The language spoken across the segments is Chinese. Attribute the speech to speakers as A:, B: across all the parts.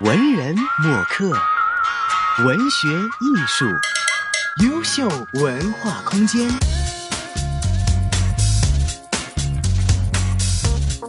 A: 文人墨客，文学艺术，优秀文化空间。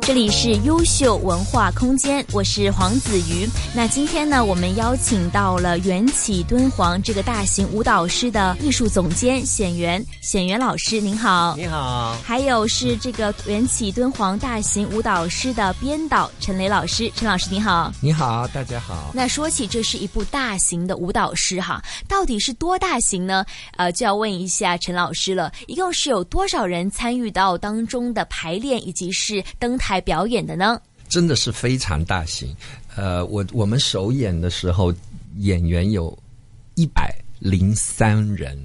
B: 这里是优秀文化空间，我是黄子瑜。那今天呢，我们邀请到了缘起敦煌这个大型舞蹈师的艺术总监冼源，冼源老师您好。
C: 你好，
B: 还有是这个缘起敦煌大型舞蹈师的编导陈雷老师，陈老师您好。
C: 你好，大家好。
B: 那说起这是一部大型的舞蹈师哈，到底是多大型呢？呃，就要问一下陈老师了，一共是有多少人参与到当中的排练以及是登台表演的呢？
C: 真的是非常大型。呃，我我们首演的时候，演员有一百零三人，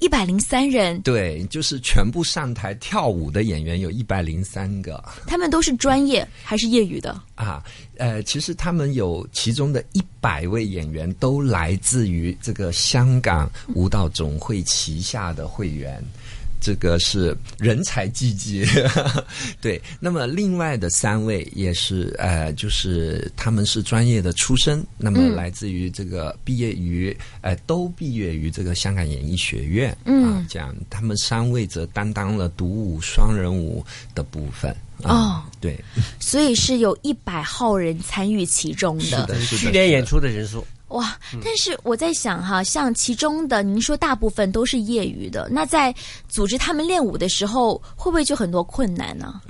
B: 一百零三人，
C: 对，就是全部上台跳舞的演员有一百零三个
B: 他们都是专业还是业余的？
C: 啊。呃，其实他们有其中的一百位演员都来自于这个香港舞蹈总会旗下的会员。这个是人才济济， 对。那么另外的三位也是呃，就是他们是专业的出身，那么来自于这个毕业于呃，都毕业于这个香港演艺学院，
B: 嗯
C: 啊，这样。他们三位则担当了独舞、双人舞的部分。
B: 哦
C: 啊，对，
B: 所以是有一百号人参与其中的。
C: 是的，是的。
D: 去年
C: 是的
D: 演出的人数，
B: 哇！但是我在想哈，像其中的您说大部分都是业余的，那在组织他们练舞的时候，会不会就很多困难呢？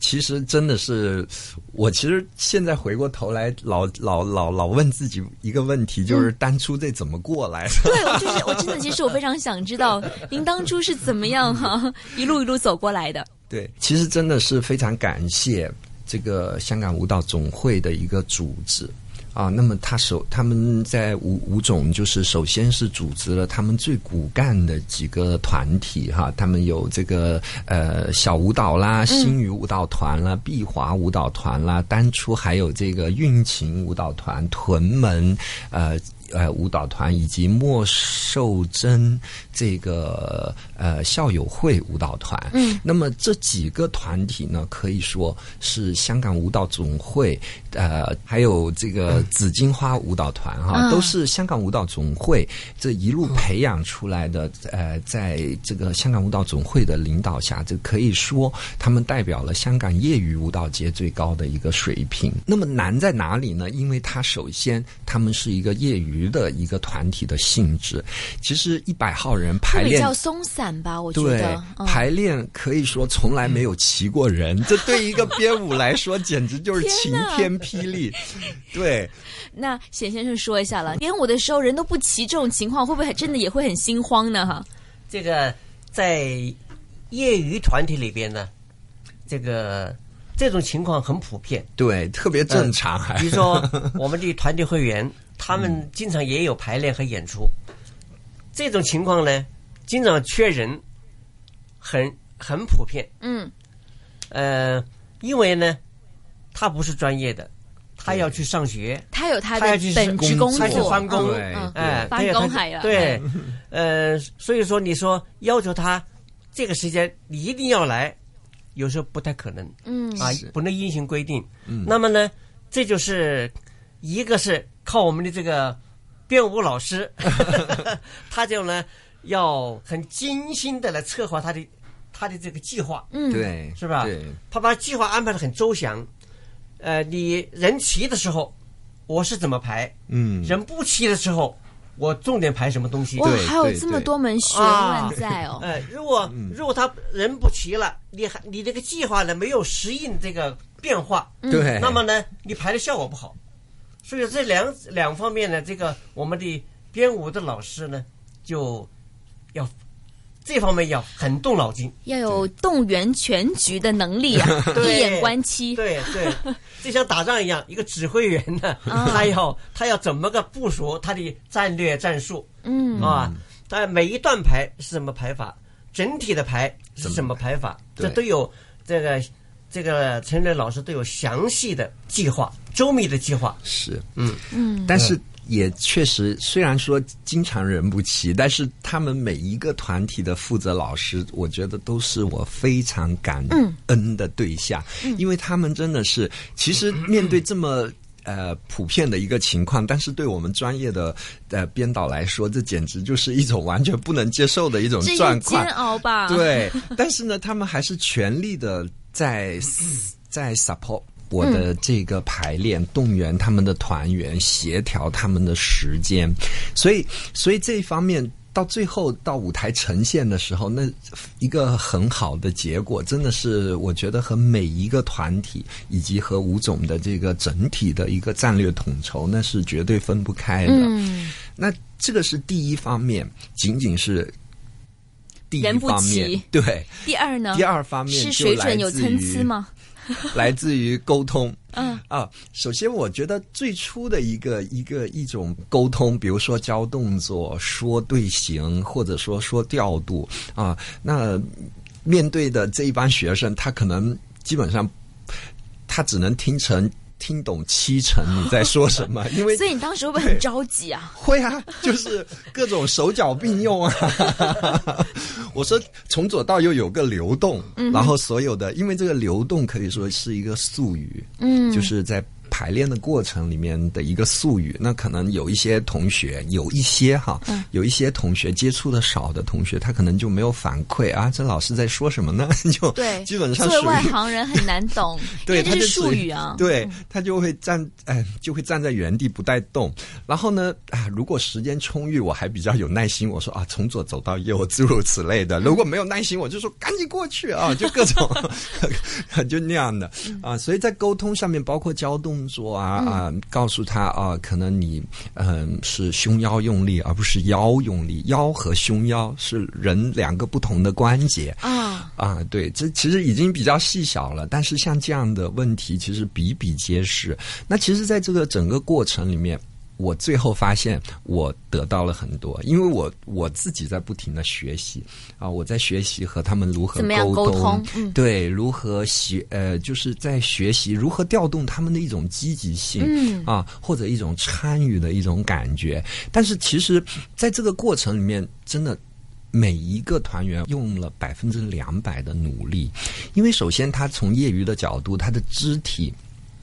C: 其实真的是，我其实现在回过头来老，老老老问自己一个问题，就是当初这怎么过来的？
B: 对，我就是我真的，其实我非常想知道您当初是怎么样哈、一路一路走过来的。
C: 对，其实真的是非常感谢这个香港舞蹈总会的一个组织啊。那么他首他们在舞舞总就是首先是组织了他们最骨干的几个团体哈、他们有这个呃小舞蹈啦、新语舞蹈团啦、碧华舞蹈团啦，当初还有这个韵情舞蹈团、屯门呃。呃，舞蹈团以及莫寿珍这个呃校友会舞蹈团，
B: 嗯，
C: 那么这几个团体呢，可以说是香港舞蹈总会，呃，还有这个紫荆花舞蹈团哈，
B: 嗯
C: 啊都是香港舞蹈总会这一路培养出来的。呃，在这个香港舞蹈总会的领导下，这可以说他们代表了香港业余舞蹈界最高的一个水平。那么难在哪里呢？因为它首先他们是一个业余的一个团体的性质，其实一百号人排
B: 会比
C: 练
B: 较松散吧，我觉
C: 对
B: 得。，嗯
C: 排练可以说从来没有骑过人， 这对一个编舞来说简直就是晴天霹雳。对，
B: 那冼先生说一下了，编舞的时候人都不齐，这种情况会不会很真的也会很心慌呢？哈，
D: 这个在业余团体里边呢，这个这种情况很普遍。
C: 对，特别正常，还、
D: 呃比如说我们的团体会员， 他们经常也有排练和演出，这种情况呢，经常缺人，很很普遍。
B: 嗯，
D: 呃，因为呢，他不是专业的，他要去上学，
B: 他有他
D: 他
B: 的
D: 要去
B: 本职工
D: 他去
B: 作，
D: 翻工
C: 对
B: 嗯
C: 对哎
D: 哎，
B: 翻
D: 对
B: 工
D: 他
B: 还要
D: 对， 呃，所以说你说要求他这个时间你一定要来，有时候不太可能
B: 嗯
D: 啊
C: 是，嗯
D: 不能硬性规定。那么呢，这就是一个是靠我们的这个编舞 老师，他这种呢要很精心的来策划他的他的这个计划，
B: 嗯，
C: 对，
D: 是吧
C: 对，
D: 他把计划安排的很周详。呃，你人齐的时候，我是怎么排？
C: 嗯，
D: 人不齐的时候，我重点排什么东西？
B: 哇，
C: 对
B: 还有
C: 对
B: 这么
C: 对
B: 多门学问在哦。
D: 呃，如果如果他人不齐了，你还你这个计划呢没有适应这个变化，
C: 对，
D: 那么呢，你排的效果不好。所以这两两方面呢，这个我们的编舞的老师呢，就要这方面要很动脑筋。
B: 要有动员全局的能力啊，
D: 对
B: 一眼观七。
D: 对对，就像打仗一样，一个指挥员呢，
B: 啊
D: 他要他要怎么个部署他的战略战术，
B: 嗯，
D: 啊，但每一段牌是什么排法，整体的牌是什么排法，
C: 怎么
D: 这
C: 对
D: 都有这个这个陈磊老师都有详细的计划，周密的计划。
C: 是，嗯嗯，但是。也确实，虽然说经常人不齐，但是他们每一个团体的负责老师，我觉得都是我非嗯常感恩的对象，因为他们真的是，其实面对这么呃普遍的一个情况，但是对我们专业的呃编导来说，这简直就是一种完全不能接受的一种
B: 这
C: 状
B: 一
C: 况
B: 煎。熬吧，，
C: 对，但是呢，他们还是全力的在在 support 我的这个排练，动员他们的团员，协调他们的时间，所以，所以这一方面。到最后到舞台呈现的时候，那一个很好的结果，真的是我觉得和每一个团体以及和吴总的这个整体的一个战略统筹，那是绝对分不开的。
B: 嗯，
C: 那这个是第一方面，仅仅是第一
B: 人不
C: 方面
B: 齐。
C: 对，
B: 第二呢，
C: 第二方面
B: 是
C: 就
B: 水
C: 来
B: 准有
C: 自
B: 参差
C: 于
B: 吗？
C: 来自于沟通。
B: 嗯
C: 啊，首先我觉得最初的一个一个一种沟通，比如说教动作、说队形，或者说说调度啊，那面对的这一帮学生，他可能基本上他只能听成。听懂七成你在说什么，因为
B: 所以你当时会不会很着急啊？
C: 会啊，就是各种手脚并用啊。 我说从左到右有个流动，
B: 嗯
C: 然后所有的，因为这个流动可以说是一个术语，
B: 嗯
C: 就是在排练的过程里面的一个术语。那可能有一些同学，有一些哈，
B: 嗯
C: 有一些同学接触的少的同学，他可能就没有反馈啊，这老师在说什么呢？ 就
B: 对，
C: 基本上
B: 作为
C: 属
B: 外
C: 于
B: 行人很难懂，因
C: 对，
B: 为
C: 他
B: 这
C: 就是属
B: 术
C: 于
B: 语啊。
C: 对他就会站，哎，就会站在原地不带动。然后呢，啊，如果时间充裕，我还比较有耐心，我说啊，从左走到右，诸如此类的。如果没有耐心，我就说赶紧过去啊，就各种 就那样的
B: 嗯
C: 啊。所以在沟通上面，包括教动作啊啊，告诉他啊，可能你嗯是胸腰用力，而不是腰用力。腰和胸腰是人两个不同的关节，
B: 啊，
C: 啊，对，这其实已经比较细小了，但是像这样的问题其实比比皆是。那其实，在这个整个过程里面，我最后发现我得到了很多，因为我我自己在不停的学习啊，我在学习和他们如何
B: 怎么样
C: 沟
B: 沟通嗯
C: 对，如何学呃，就是在学习如何调动他们的一种积极性，
B: 嗯
C: 啊，或者一种参与的一种感觉。但是其实，在这个过程里面，真的每一个团员用了百分之两百的努力，因为首先他从业余的角度，他的肢体。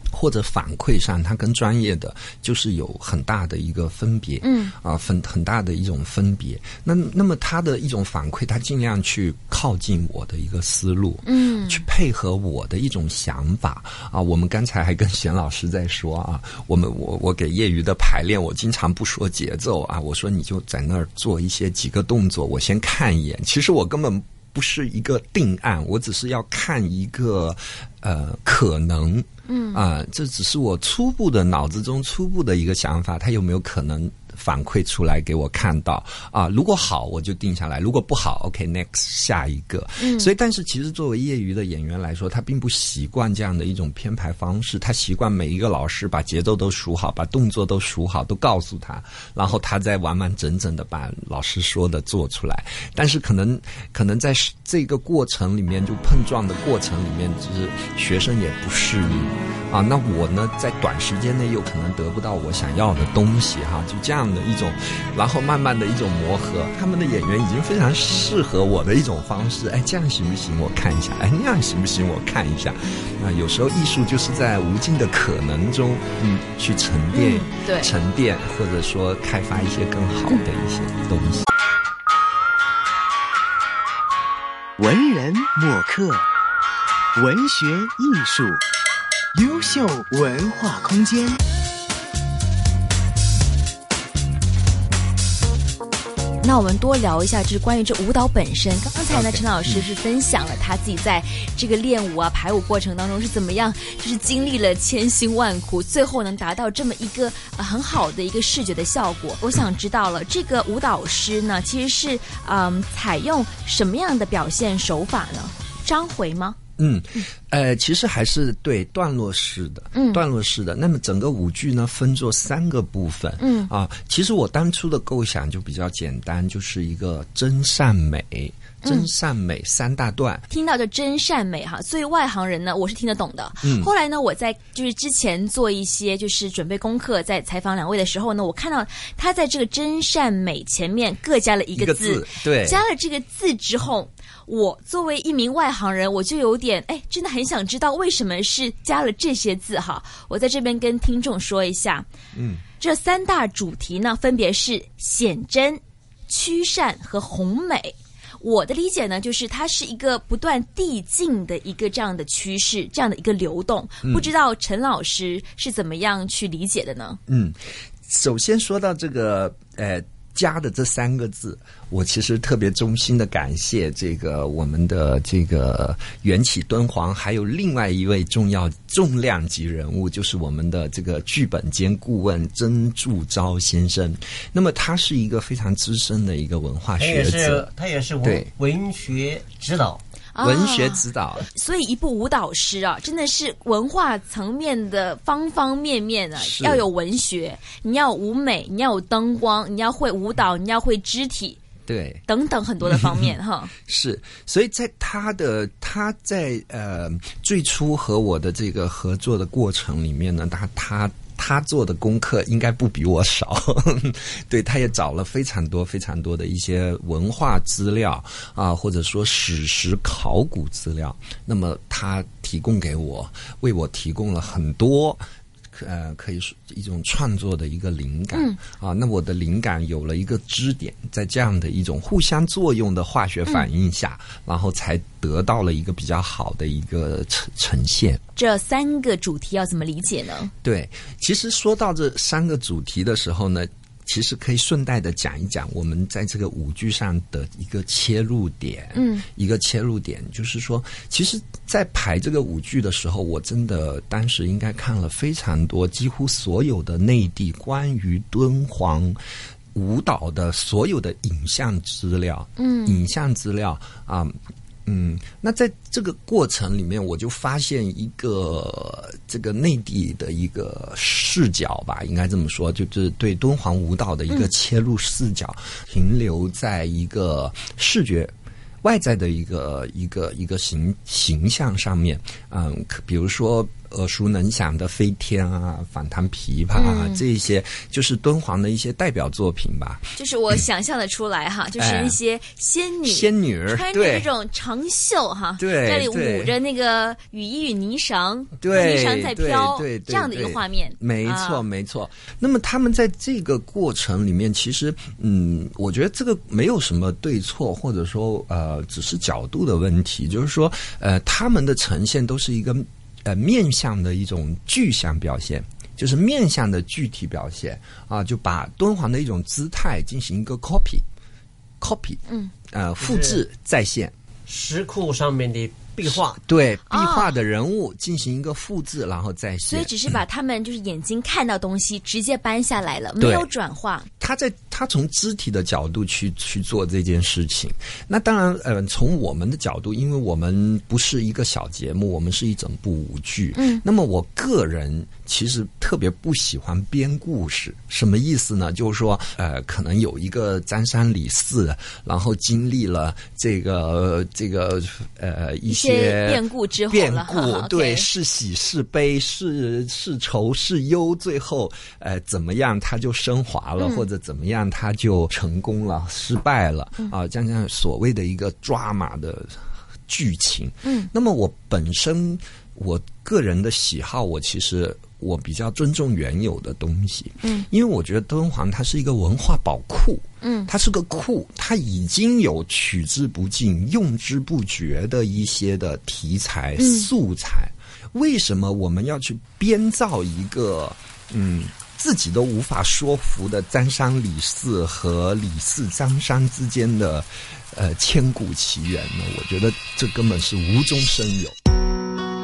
C: 或者反馈上，他跟专业的就是有很大的一个分别，
B: 嗯，
C: 啊，分很大的一种分别。那那么他的一种反馈，他尽量去靠近我的一个思路，
B: 嗯，
C: 去配合我的一种想法啊。我们刚才还跟贤老师在说啊，我们我我给业余的排练，我经常不说节奏啊，我说你就在那儿做一些几个动作，我先看一眼。其实我根本。不是一个定案，我只是要看一个呃可能，嗯啊、这只是我初步的脑子中初步的一个想法，它有没有可能反馈出来给我看到啊？如果好，我就定下来；如果不好，OK，next、下一个。嗯、所以，但是其实作为业余的演员来说，他并不习惯这样的一种编排方式，他习惯每一个老师把节奏都数好，把动作都数好，都告诉他，然后他再完完整整的把老师说的做出来。但是可能可能在这个过程里面，就碰撞的过程里面，就是学生也不适应啊。那我呢，在短时间内又可能得不到我想要的东西哈、就这样的一种，然后慢慢的一种磨合。他们的演员已经非常适合我的一种方式，哎，这样行不行？我看一下，哎，那样行不行？我看一下。啊，有时候艺术就是在无尽的可能中，嗯，去沉淀，
B: 嗯对
C: 沉淀，或者说开发一些更好的一些东西。
A: 文人墨客，文学艺术，优秀文化空间。
B: 那我们多聊一下，就是关于这舞蹈本身。刚才呢，
C: OK，
B: 陈老师是分享了他自己在这个练舞啊、排舞过程当中是怎么样，就是经历了千辛万苦，最后能达到这么一个、呃很好的一个视觉的效果。我想知道了，这个舞蹈师呢，其实是嗯、采用什么样的表现手法呢？章回吗？
C: 嗯，呃，其实还是对段落式的，
B: 嗯
C: 段落式的。那么整个舞剧呢，分作三个部分，
B: 嗯
C: 啊，其实我当初的构想就比较简单，就是一个真善美。
B: 嗯
C: 真善美三大段。
B: 听到叫真善美哈，所以外行人呢，我是听得懂的。
C: 嗯
B: 后来呢，我在就是之前做一些就是准备功课，在采访两位的时候呢，我看到他在这个真善美前面各加了一
C: 一
B: 个字，
C: 字，对，
B: 加了这个字之后。我作为一名外行人，我就有点哎，真的很想知道为什么是加了这些字哈。我在这边跟听众说一下，
C: 嗯，
B: 这三大主题呢，分别是显真、趋善和宏美。我的理解呢，就是它是一个不断递进的一个这样的趋势，这样的一个流动。不知道陈老师是怎么样去理解的呢？
C: 嗯，首先说到这个呃“家”的这三个字，我其实特别衷心的感谢这个我们的这个缘起敦煌，还有另外一位重要重量级人物，就是我们的这个剧本兼顾问曾祝昭先生。那么他是一个非常资深的一个文化
D: 他
C: 学
D: 也是哦
C: 者。
D: 他也是
C: 对
D: 文文学指导，
C: 文学
B: 啊
C: 指导，
B: 所以一部舞蹈师啊，真的是文化层面的方方面面啊，
C: 是
B: 要有文学，你要有舞美，你要有灯光，你要会舞蹈，你要会肢体
C: 对，
B: 等等很多的方面哈。
C: 是，所以在他的他在呃最初和我的这个合作的过程里面呢，他他。他做的功课应该不比我少， 对，他也找了非常多、非常多的一些文化资料啊、或者说史实考古资料。那么他提供给我，为我提供了很多呃，可以说一种创作的一个灵感、啊。那我的灵感有了一个支点，在这样的一种互相作用的化学反应下，然后才得到了一个比较好的一个呈呈现。
B: 这三个主题要怎么理解呢？
C: 对，其实说到这三个主题的时候呢，其实可以顺带的讲一讲我们在这个舞剧上的一个切入点。
B: 嗯，
C: 一个切入点就是说，其实，在排这个舞剧的时候，我真的当时应该看了非常多，几乎所有的内地关于敦煌。舞蹈的所有的影像资料，嗯，影像资料啊、嗯，那在这个过程里面，我就发现一个这个内地的一个视角吧，应该这么说，就是对敦煌舞蹈的一个切入视角，停留在一个视觉。外在的一个一个一个形形象上面，嗯，可比如说耳熟能详的飞天啊、反弹琵琶啊，
B: 嗯
C: 这一些就是敦煌的一些代表作品吧。
B: 就是我想象的出来 哈，就是一些仙女。
C: 哎仙女儿，
B: 嗯穿着
C: 对
B: 这种长袖哈，
C: 对
B: 这里
C: 对
B: 舞着那个雨衣与霓裳，
C: 对
B: 霓裳在
C: 对
B: 飘，
C: 对对
B: 这样的一个
C: 对
B: 画面，
C: 没错，
B: 啊
C: 没错。那么他们在这个过程里面，其实，嗯，我觉得这个没有什么对错，或者说，呃，只是角度的问题。就是说，呃，他们的呈现都是一个呃面向的一种具象表现。就是面向的具体表现啊，就把敦煌的一种姿态进行一个 copy，copy，
B: 嗯，
C: 呃，复
D: 就是
C: 制再现，
D: 石库上面的壁画，
C: 对壁
B: 哦
C: 画的人物进行一个复制，然后再
B: 所
C: 现
B: 以。只是把他们就是眼睛看到东西直接搬下来了，没
C: 对
B: 有转化，
C: 他在他从肢体的角度去去做这件事情。那当然，呃，从我们的角度，因为我们不是一个小节目，我们是一整部舞剧。
B: 嗯，
C: 那么我个人其实特别不喜欢编故事，什么意思呢？就是说，呃，可能有一个张三李四，然后经历了这个这个呃一
B: 一
C: 些
B: 变故之后
C: 变
B: 了哈
C: 故，
B: ，OK
C: 对，是喜是悲，是是愁是忧，最后呃怎么样他就升华了，
B: 嗯
C: 或者怎么样他就成功了，失败了
B: 嗯
C: 啊，这样这样所谓的一个抓马的剧情。
B: 嗯，
C: 那么我本身我个人的喜好，我其实。我比较尊重原有的东西，
B: 嗯，
C: 因为我觉得敦煌它是一个文化宝库，
B: 嗯，
C: 它是个库，它已经有取之不尽、用之不绝的一些的题材
B: 嗯
C: 素材。为什么我们要去编造一个嗯自己都无法说服的张三李四和李四张三之间的呃千古奇缘呢？我觉得这根本是无中生有。